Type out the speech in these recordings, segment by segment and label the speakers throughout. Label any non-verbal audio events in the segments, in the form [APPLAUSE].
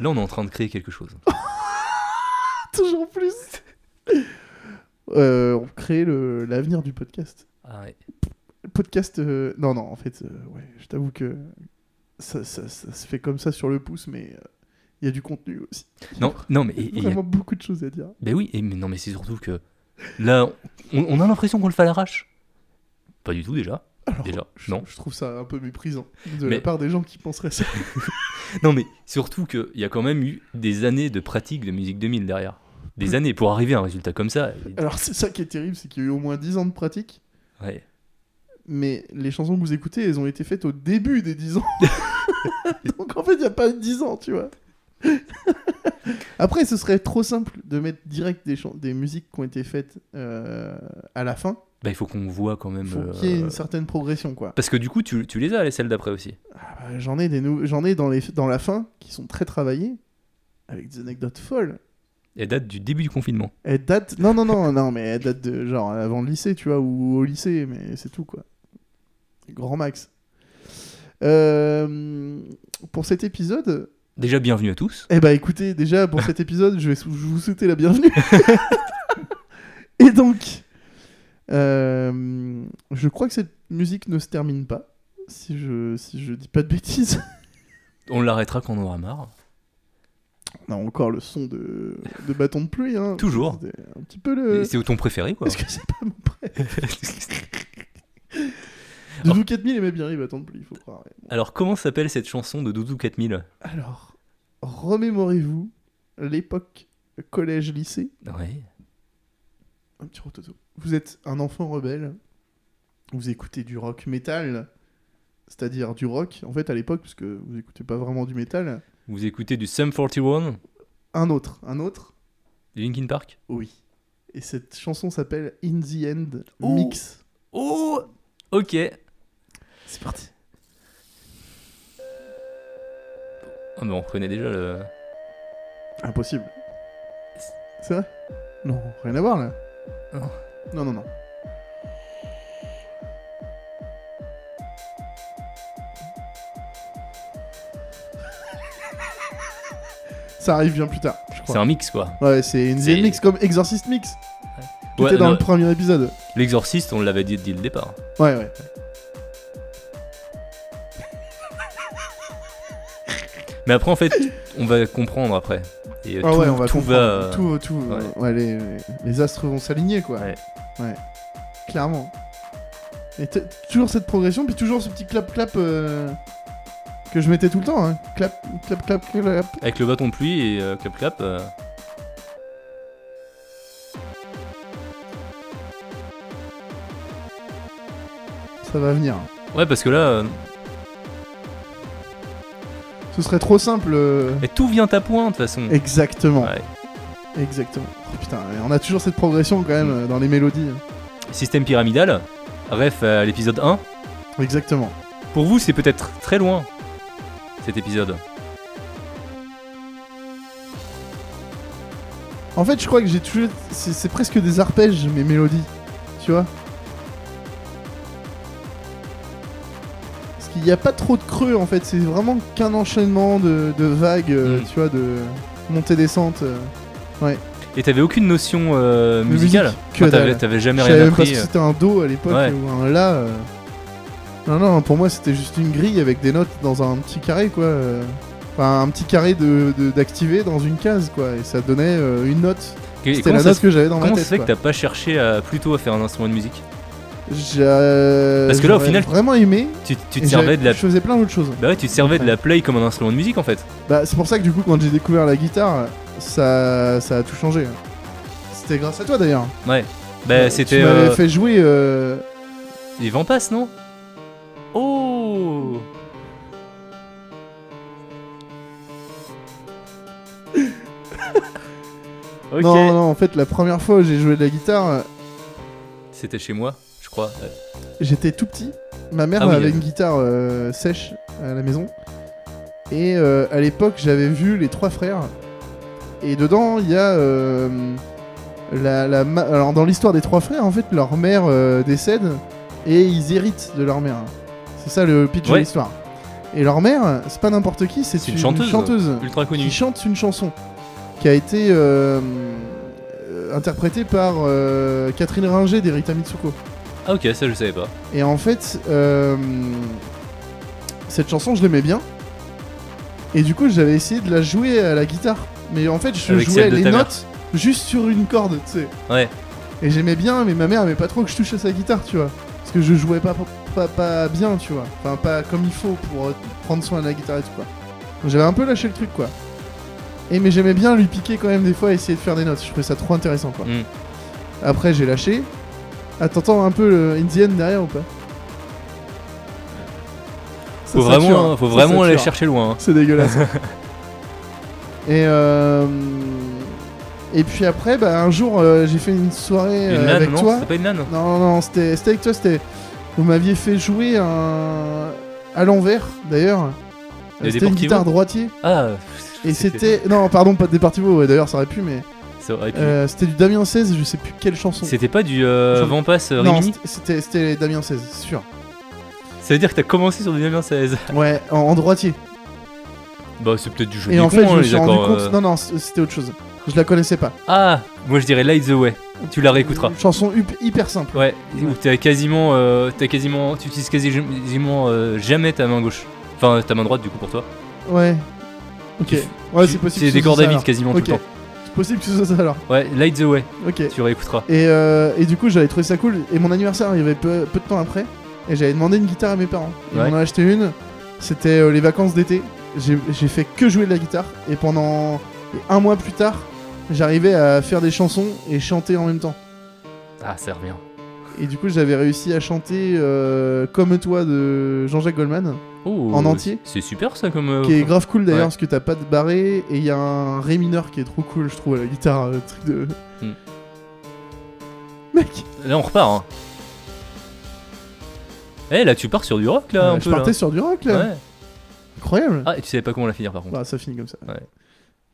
Speaker 1: Là, on est en train de créer quelque chose.
Speaker 2: Toujours plus. Euh, on crée le- l'avenir du podcast.
Speaker 1: Ah ouais.
Speaker 2: podcast. euh, Non, non, en fait, euh, ouais, je t'avoue que ça, ça- ça se fait comme ça sur le pouce, mais euh, il y a du contenu aussi.
Speaker 1: Non, non, mais et- et y a-
Speaker 2: Vraiment beaucoup de choses à dire.
Speaker 1: ben oui, et- mais non, mais c'est surtout que là, on, on a l'impression qu'on le fait à l'arrache. Pas du tout déjà.
Speaker 2: Alors,
Speaker 1: Déjà,
Speaker 2: je,
Speaker 1: non.
Speaker 2: je trouve ça un peu méprisant de
Speaker 1: Mais-
Speaker 2: la part des gens qui
Speaker 1: [LAUGHS]
Speaker 2: penseraient ça.
Speaker 1: Non, mais surtout qu'il y a quand même eu des années de pratique de musique 2000 derrière.
Speaker 2: Hmm.
Speaker 1: Des années pour arriver à un résultat comme ça. et-
Speaker 2: Alors, c'est ça qui est terrible, c'est qu'il y a eu au moins 10 ans de pratique,
Speaker 1: Ouais.
Speaker 2: mais les chansons que vous écoutez, elles ont été faites au début des 10 ans. Donc, en fait, il n'y a pas 10 ans, tu vois. [LAUGHS] Après, ce serait trop simple de mettre direct des, chan- des musiques qui ont été faites euh, à la fin.
Speaker 1: Bah, il faut qu'on voit quand même.
Speaker 2: Il faut
Speaker 1: euh,
Speaker 2: qu'il y ait une certaine progression, quoi.
Speaker 1: Parce que du coup, tu, tu les as, les celles d'après aussi.
Speaker 2: Euh, J'en ai, des nou- j'en ai dans, les... dans la fin qui sont très travaillées, avec des anecdotes folles.
Speaker 1: Elles datent du début du confinement.
Speaker 2: Elle date. Non, non, non, non, mais elle date de genre avant le lycée, tu vois, ou au lycée, mais c'est tout, quoi. Grand max. Euh, Pour cet épisode,
Speaker 1: Déjà, bienvenue à tous.
Speaker 2: eh ben écoutez, déjà pour cet épisode, je vais sou- je vous souhaiter la bienvenue. [LAUGHS] Et donc, euh, je crois que cette musique ne se termine pas, si je, si je dis pas de bêtises. [LAUGHS]
Speaker 1: On l'arrêtera quand on aura marre.
Speaker 2: On a encore le son de, de bâton de pluie. Hein.
Speaker 1: Toujours.
Speaker 2: C'était un petit peu le.
Speaker 1: Et C'est ton préféré, quoi.
Speaker 2: Est-ce que c'est pas mon prêt Doudou 4000 aimait bien les bâtons de pluie, il faut croire. ouais.
Speaker 1: Alors, comment s'appelle cette chanson de Doudou 4000
Speaker 2: Alors, remémorez-vous l'époque collège-lycée.
Speaker 1: Ouais.
Speaker 2: Un petit rototo. Vous êtes un enfant rebelle. Vous écoutez du rock metal. C'est-à-dire du rock, en fait, à l'époque, parce que vous écoutez pas vraiment du métal.
Speaker 1: Vous écoutez du Sum 41
Speaker 2: Un autre, un autre,
Speaker 1: du Linkin Park
Speaker 2: oui. Et cette chanson s'appelle In the End
Speaker 1: Oh.
Speaker 2: Mix.
Speaker 1: Oh Ok.
Speaker 2: C'est parti.
Speaker 1: Ah, mais on reconnaît déjà le.
Speaker 2: Impossible. C'est vrai Non, rien à voir là.
Speaker 1: Non.
Speaker 2: Non, [LAUGHS] non, non. Ça arrive bien plus tard, je
Speaker 1: C'est
Speaker 2: crois.
Speaker 1: un mix, quoi.
Speaker 2: Ouais, c'est une
Speaker 1: C'est-
Speaker 2: mix comme Exorcist Mix. Qui
Speaker 1: Ouais,
Speaker 2: était dans
Speaker 1: non,
Speaker 2: le premier épisode.
Speaker 1: L'exorciste, on l'avait dit dès le départ.
Speaker 2: Ouais, ouais.
Speaker 1: Mais après, en fait, on va comprendre après. Et euh,
Speaker 2: Ah
Speaker 1: tout,
Speaker 2: ouais, on va
Speaker 1: tout
Speaker 2: comprendre.
Speaker 1: va.
Speaker 2: Tout, tout,
Speaker 1: ouais.
Speaker 2: euh, ouais, les, les- les astres vont s'aligner, quoi.
Speaker 1: Ouais.
Speaker 2: Ouais. Clairement. Et t- toujours cette progression, puis toujours ce petit clap-clap euh, que je mettais tout le temps. Hein. Clap, clap, clap, clap.
Speaker 1: Avec le bâton de pluie et euh, clap clap. euh,
Speaker 2: Ça va venir.
Speaker 1: Ouais, parce que là, euh,
Speaker 2: Ce serait trop simple. euh,
Speaker 1: et tout vient à point de toute façon.
Speaker 2: Exactement.
Speaker 1: Mm. Ouais. Mm.
Speaker 2: Exactement. Oh, putain, et on a toujours cette progression quand même euh, dans les mélodies.
Speaker 1: Système pyramidal, ref à l'épisode 1.
Speaker 2: Exactement.
Speaker 1: Pour vous, c'est peut-être très loin cet épisode.
Speaker 2: En fait, je crois que j'ai toujours. C'est c'est presque des arpèges, mes mélodies. Tu vois Parce qu'il n'y a pas trop de creux en fait, c'est vraiment qu'un enchaînement de, de vagues, euh,
Speaker 1: Mm.
Speaker 2: tu vois, de montée-descente. euh.
Speaker 1: Et t'avais aucune notion euh, musicale
Speaker 2: musique, que
Speaker 1: Enfin, t'avais,
Speaker 2: dalle.
Speaker 1: t'avais
Speaker 2: Je
Speaker 1: jamais
Speaker 2: savais
Speaker 1: rien
Speaker 2: même pas si
Speaker 1: appris. euh,
Speaker 2: c'était un do à l'époque
Speaker 1: Ouais.
Speaker 2: ou un la. euh. Non, non, pour moi c'était juste une grille avec des notes dans un petit carré quoi. euh. Enfin, un petit carré de, de- d'activer dans une case quoi, et ça donnait euh, une note.
Speaker 1: et
Speaker 2: C'était
Speaker 1: comment
Speaker 2: la
Speaker 1: ça,
Speaker 2: note
Speaker 1: se-
Speaker 2: que j'avais dans ma
Speaker 1: comment ça
Speaker 2: tête.
Speaker 1: se fait
Speaker 2: quoi.
Speaker 1: que t'as pas cherché à, plutôt à faire un instrument de musique
Speaker 2: J'ai
Speaker 1: Parce que là, au
Speaker 2: j'aurais
Speaker 1: final-
Speaker 2: vraiment aimé.
Speaker 1: Tu, tu te
Speaker 2: et
Speaker 1: servais
Speaker 2: j'avais-
Speaker 1: de la.
Speaker 2: Je faisais plein d'autres choses.
Speaker 1: Bah ouais, tu te servais de la play comme un instrument de musique en fait.
Speaker 2: Bah, c'est pour ça que du coup, quand j'ai découvert la guitare, ça, ça a tout changé. C'était grâce à toi d'ailleurs.
Speaker 1: Ouais. Bah
Speaker 2: Euh,
Speaker 1: c'était.
Speaker 2: Tu m'avais
Speaker 1: euh,
Speaker 2: fait jouer. euh,
Speaker 1: Les vents passent, non
Speaker 2: [LAUGHS]
Speaker 1: Oh Ok.
Speaker 2: Non, non, en fait, la première fois où j'ai joué de la guitare,
Speaker 1: C'était chez moi, je crois. Euh,
Speaker 2: j'étais tout petit. Ma mère
Speaker 1: Ah oui,
Speaker 2: avait
Speaker 1: euh.
Speaker 2: une guitare euh, sèche à la maison. Et euh, à l'époque, j'avais vu les trois frères. Et dedans, il y a. euh, la, la ma- Alors, dans l'histoire des trois frères, en fait, leur mère euh, décède et ils héritent de leur mère. C'est ça le pitch
Speaker 1: Ouais.
Speaker 2: de l'histoire. Et leur mère, c'est pas n'importe qui, c'est
Speaker 1: C'est une chanteuse,
Speaker 2: chanteuse
Speaker 1: ultra
Speaker 2: qui
Speaker 1: connu.
Speaker 2: chante une chanson qui a été euh, euh, interprétée par euh, Catherine Ringer d'Erita Mitsuko.
Speaker 1: Ah ok, ça je savais pas.
Speaker 2: Et en fait, euh, cette chanson, je l'aimais bien. Et du coup, j'avais essayé de la jouer à la guitare. Mais en fait, je
Speaker 1: Avec
Speaker 2: jouais
Speaker 1: celle de
Speaker 2: les
Speaker 1: ta mère.
Speaker 2: notes juste sur une corde, tu sais.
Speaker 1: Ouais.
Speaker 2: Et j'aimais bien, mais ma mère aimait pas trop que je touche à sa guitare, tu vois. Parce que je jouais pas, pas, pas bien, tu vois. Enfin, pas comme il faut pour euh, prendre soin de la guitare et tout, quoi. Donc j'avais un peu lâché le truc, quoi. Et mais j'aimais bien lui piquer quand même des fois, essayer de faire des notes. Je trouvais ça trop intéressant, quoi.
Speaker 1: Mm.
Speaker 2: Après, j'ai lâché. Attends, t'entends un peu le Indian derrière ou pas Ça
Speaker 1: Faut
Speaker 2: sature,
Speaker 1: vraiment,
Speaker 2: hein.
Speaker 1: faut
Speaker 2: Ça
Speaker 1: vraiment aller
Speaker 2: sature.
Speaker 1: chercher loin. hein. [LAUGHS]
Speaker 2: C'est dégueulasse. et euh, et puis après, bah, un jour, euh, j'ai fait une soirée euh,
Speaker 1: Une
Speaker 2: avec
Speaker 1: nane, non
Speaker 2: toi.
Speaker 1: C'est pas une nane hein.
Speaker 2: Non, non, non, c'était c'était avec toi, c'était. Vous m'aviez fait jouer un. à l'envers, d'ailleurs. Euh,
Speaker 1: Des
Speaker 2: C'était une
Speaker 1: Deportivo
Speaker 2: guitare droitier.
Speaker 1: Ah.
Speaker 2: Et c'était. Non, pardon, pas de Deportivo, ouais, d'ailleurs, ça aurait pu, mais.
Speaker 1: ça aurait pu.
Speaker 2: euh, c'était du Damien 16, je sais plus quelle chanson.
Speaker 1: Mmh. C'était pas du euh,
Speaker 2: J'en-
Speaker 1: Vent passe euh,
Speaker 2: Non,
Speaker 1: Rimini
Speaker 2: c'était- c'était c'était Damien 16, c'est sûr.
Speaker 1: Ça veut dire que t'as commencé sur du 2016.
Speaker 2: Ouais, en, en droitier.
Speaker 1: Bah c'est peut-être du jeu.
Speaker 2: Et
Speaker 1: des
Speaker 2: en
Speaker 1: cons,
Speaker 2: fait, je
Speaker 1: hein,
Speaker 2: me
Speaker 1: les
Speaker 2: suis rendu
Speaker 1: accords,
Speaker 2: compte.
Speaker 1: euh.
Speaker 2: Non, non, c'était autre chose. Je la connaissais pas.
Speaker 1: Ah, moi je dirais Light the Way. Tu la réécouteras.
Speaker 2: Une chanson hup- hyper simple.
Speaker 1: Ouais, où t'as quasiment, euh, t'as quasiment, tu utilises quasiment euh, jamais ta main gauche. Enfin, ta main droite du coup pour toi.
Speaker 2: Ouais. Ok.
Speaker 1: Tu-
Speaker 2: Ouais,
Speaker 1: tu-
Speaker 2: c'est possible.
Speaker 1: C'est
Speaker 2: que ce
Speaker 1: des
Speaker 2: soit
Speaker 1: cordes
Speaker 2: ça,
Speaker 1: à vide
Speaker 2: alors.
Speaker 1: quasiment
Speaker 2: Ok.
Speaker 1: tout le temps.
Speaker 2: C'est possible que ce soit ça alors.
Speaker 1: Ouais, Light the Way,
Speaker 2: Ok.
Speaker 1: tu réécouteras.
Speaker 2: Et, euh, et du coup, j'avais trouvé ça cool. Et mon anniversaire arrivait peu, peu de temps après. Et j'avais demandé une guitare à mes parents. Ils
Speaker 1: Ouais.
Speaker 2: m'en ont acheté une. C'était euh, les vacances d'été. J'ai j'ai fait que jouer de la guitare. Et pendant et un mois plus tard, j'arrivais à faire des chansons et chanter en même temps.
Speaker 1: Ah, ça revient.
Speaker 2: Et du coup, j'avais réussi à chanter euh, Comme toi de Jean-Jacques Goldman,
Speaker 1: Oh,
Speaker 2: En entier
Speaker 1: C'est super ça comme. euh,
Speaker 2: qui est grave cool d'ailleurs
Speaker 1: Ouais.
Speaker 2: parce que t'as pas de barré. Et il y a un ré mineur qui est trop cool, je trouve, à la guitare. euh, truc de.
Speaker 1: Hmm.
Speaker 2: Mec,
Speaker 1: Là, on repart. Hein. Eh, là, tu pars sur du rock là.
Speaker 2: euh,
Speaker 1: un
Speaker 2: je
Speaker 1: peu, là.
Speaker 2: partais sur du rock là.
Speaker 1: Ouais.
Speaker 2: Incroyable.
Speaker 1: Ah, et tu savais pas comment la finir par contre.
Speaker 2: Bah, ça finit comme ça.
Speaker 1: Ouais.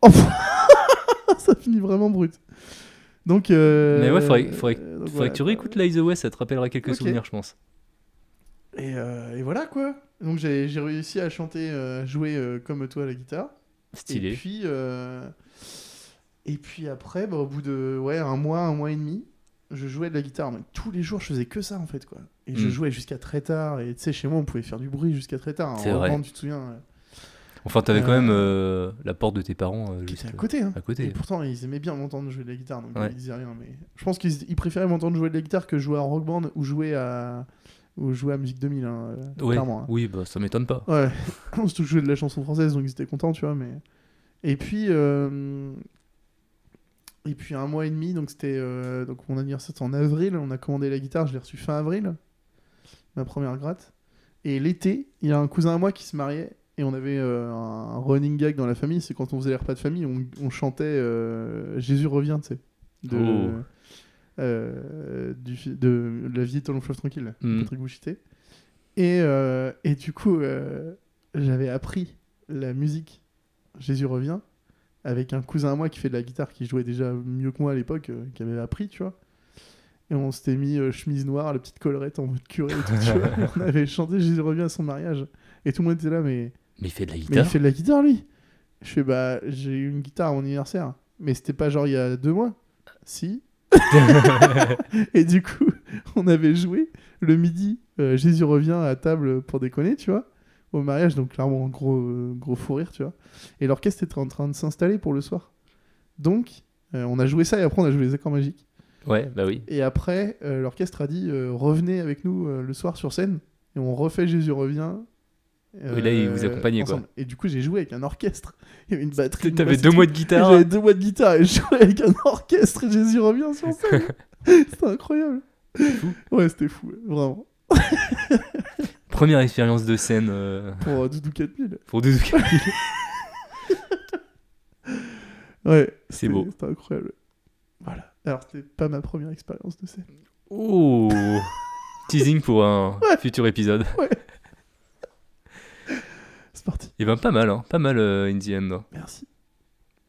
Speaker 2: Oh, [LAUGHS] ça finit vraiment brut. Donc. euh,
Speaker 1: Mais ouais, faudrait- faudrait-
Speaker 2: euh, donc
Speaker 1: Faudrait
Speaker 2: voilà.
Speaker 1: que tu réécoutes Light the Way, ça te rappellera quelques
Speaker 2: Ok.
Speaker 1: souvenirs, je pense.
Speaker 2: Et, euh, et voilà quoi. Donc j'ai j'ai réussi à chanter, euh, jouer euh, comme toi à la guitare.
Speaker 1: Stylé.
Speaker 2: Et puis. euh, Et puis après, bah, au bout de ouais, un mois, un mois et demi, je jouais de la guitare. Mais tous les jours, je faisais que ça en fait quoi. Et je
Speaker 1: Mm.
Speaker 2: jouais jusqu'à très tard. Et tu sais, chez moi, on pouvait faire du bruit jusqu'à très tard.
Speaker 1: C'est
Speaker 2: en
Speaker 1: vrai.
Speaker 2: bande, tu te souviens, euh,
Speaker 1: Enfin, t'avais quand
Speaker 2: Euh,
Speaker 1: même euh, la porte de tes parents euh,
Speaker 2: qui
Speaker 1: juste
Speaker 2: était à
Speaker 1: euh,
Speaker 2: côté. Hein.
Speaker 1: à
Speaker 2: Et
Speaker 1: côté.
Speaker 2: pourtant, ils aimaient bien m'entendre jouer de la guitare, donc
Speaker 1: Ouais.
Speaker 2: ils disaient rien. Mais je pense qu'ils ils préféraient m'entendre jouer de la guitare que jouer à Rock Band ou jouer à ou jouer à Musique 2000, hein, euh,
Speaker 1: Ouais.
Speaker 2: clairement. hein.
Speaker 1: Oui, bah ça m'étonne pas.
Speaker 2: Ouais, [LAUGHS] on se touche jouer de la chanson française, donc ils étaient contents, tu vois. Mais et puis euh, et puis un mois et demi, donc c'était euh, donc mon anniversaire c'était en avril. On a commandé la guitare, je l'ai reçue fin avril, ma première gratte. Et l'été, il y a un cousin à moi qui se mariait. Et on avait euh, un running gag dans la famille, c'est quand on faisait les repas de famille, on, on chantait euh, Jésus revient, tu sais. De,
Speaker 1: Oh.
Speaker 2: euh, du fi- de La vie est un long fleuve tranquille,
Speaker 1: Mm.
Speaker 2: Patrick Bouchité. Et, euh, et du coup, euh, j'avais appris la musique Jésus revient avec un cousin à moi qui fait de la guitare, qui jouait déjà mieux que moi à l'époque, euh, qui avait appris, tu vois. Et on s'était mis euh, chemise noire, la petite collerette en mode curé et tout, tu vois. Et on avait chanté Jésus revient à son mariage. Et tout le monde était là, mais
Speaker 1: Mais il fait de la
Speaker 2: mais il
Speaker 1: guitare.
Speaker 2: fait de la guitare, lui. Je fais, bah, j'ai eu une guitare à mon anniversaire. Mais c'était pas genre il y a deux mois.
Speaker 1: [LAUGHS]
Speaker 2: Si. et du coup, on avait joué le midi. euh, Jésus revient à table pour déconner, tu vois. Au mariage, donc clairement, gros, euh, gros fou rire, tu vois. Et l'orchestre était en train de s'installer pour le soir. Donc, euh, on a joué ça et après, on a joué les accords magiques.
Speaker 1: Ouais, bah oui.
Speaker 2: Et après, euh, l'orchestre a dit euh, revenez avec nous euh, le soir sur scène et on refait Jésus revient. euh,
Speaker 1: Oui, là, il vous accompagnait, quoi.
Speaker 2: ensemble. Et du coup, j'ai joué avec un orchestre. Il y avait une batterie. une
Speaker 1: T'avais
Speaker 2: basse et
Speaker 1: deux
Speaker 2: tout.
Speaker 1: mois de
Speaker 2: Et
Speaker 1: guitare.
Speaker 2: J'avais deux mois de guitare et je jouais avec un orchestre et Jésus
Speaker 1: [LAUGHS]
Speaker 2: revient sur scène. c'était incroyable.
Speaker 1: fou.
Speaker 2: Ouais, c'était fou, vraiment.
Speaker 1: Première expérience de scène euh,
Speaker 2: Pour euh, Doudou 4000.
Speaker 1: pour
Speaker 2: [LAUGHS]
Speaker 1: Doudou Camille.
Speaker 2: Ouais.
Speaker 1: C'est beau.
Speaker 2: C'était incroyable. Voilà. Alors, c'était pas ma première expérience de scène.
Speaker 1: Oh Teasing pour un futur épisode.
Speaker 2: C'est parti.
Speaker 1: Et ben pas mal, hein. Pas mal, euh, in the end.
Speaker 2: Merci.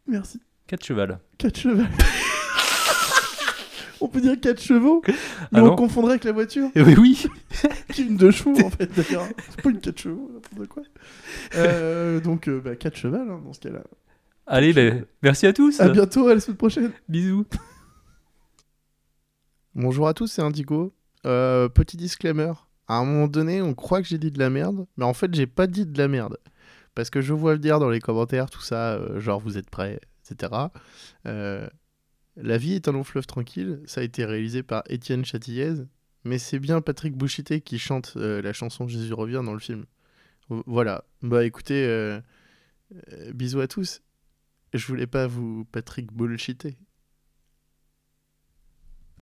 Speaker 2: Merci.
Speaker 1: Quatre chevals.
Speaker 2: Quatre chevals. [LAUGHS] On peut dire 4 chevaux, mais
Speaker 1: Ah
Speaker 2: on Eh
Speaker 1: non.
Speaker 2: le confondrait avec la voiture, [LAUGHS]
Speaker 1: Oui, oui.
Speaker 2: qui est une 2 chevaux en fait d'ailleurs. C'est pas une 4 chevaux, n'importe quoi. Euh, donc euh, bah, 4 chevals hein, dans ce cas-là.
Speaker 1: Allez, ben, merci à tous.
Speaker 2: À bientôt, à la semaine prochaine.
Speaker 1: Bisous.
Speaker 2: Bonjour à tous, c'est Indigo. Euh, petit disclaimer. À un moment donné, on croit que j'ai dit de la merde, mais en fait, j'ai pas dit de la merde. Parce que je vois le dire dans les commentaires, tout ça, euh, genre vous êtes prêts, etc. Euh, la vie est un long fleuve tranquille, ça a été réalisé par Étienne Chatillez, mais c'est bien Patrick Bouchité qui chante euh, la chanson Jésus revient dans le film. V- Voilà. Bah écoutez, euh, euh, bisous à tous. Je voulais pas vous Patrick bullshiter.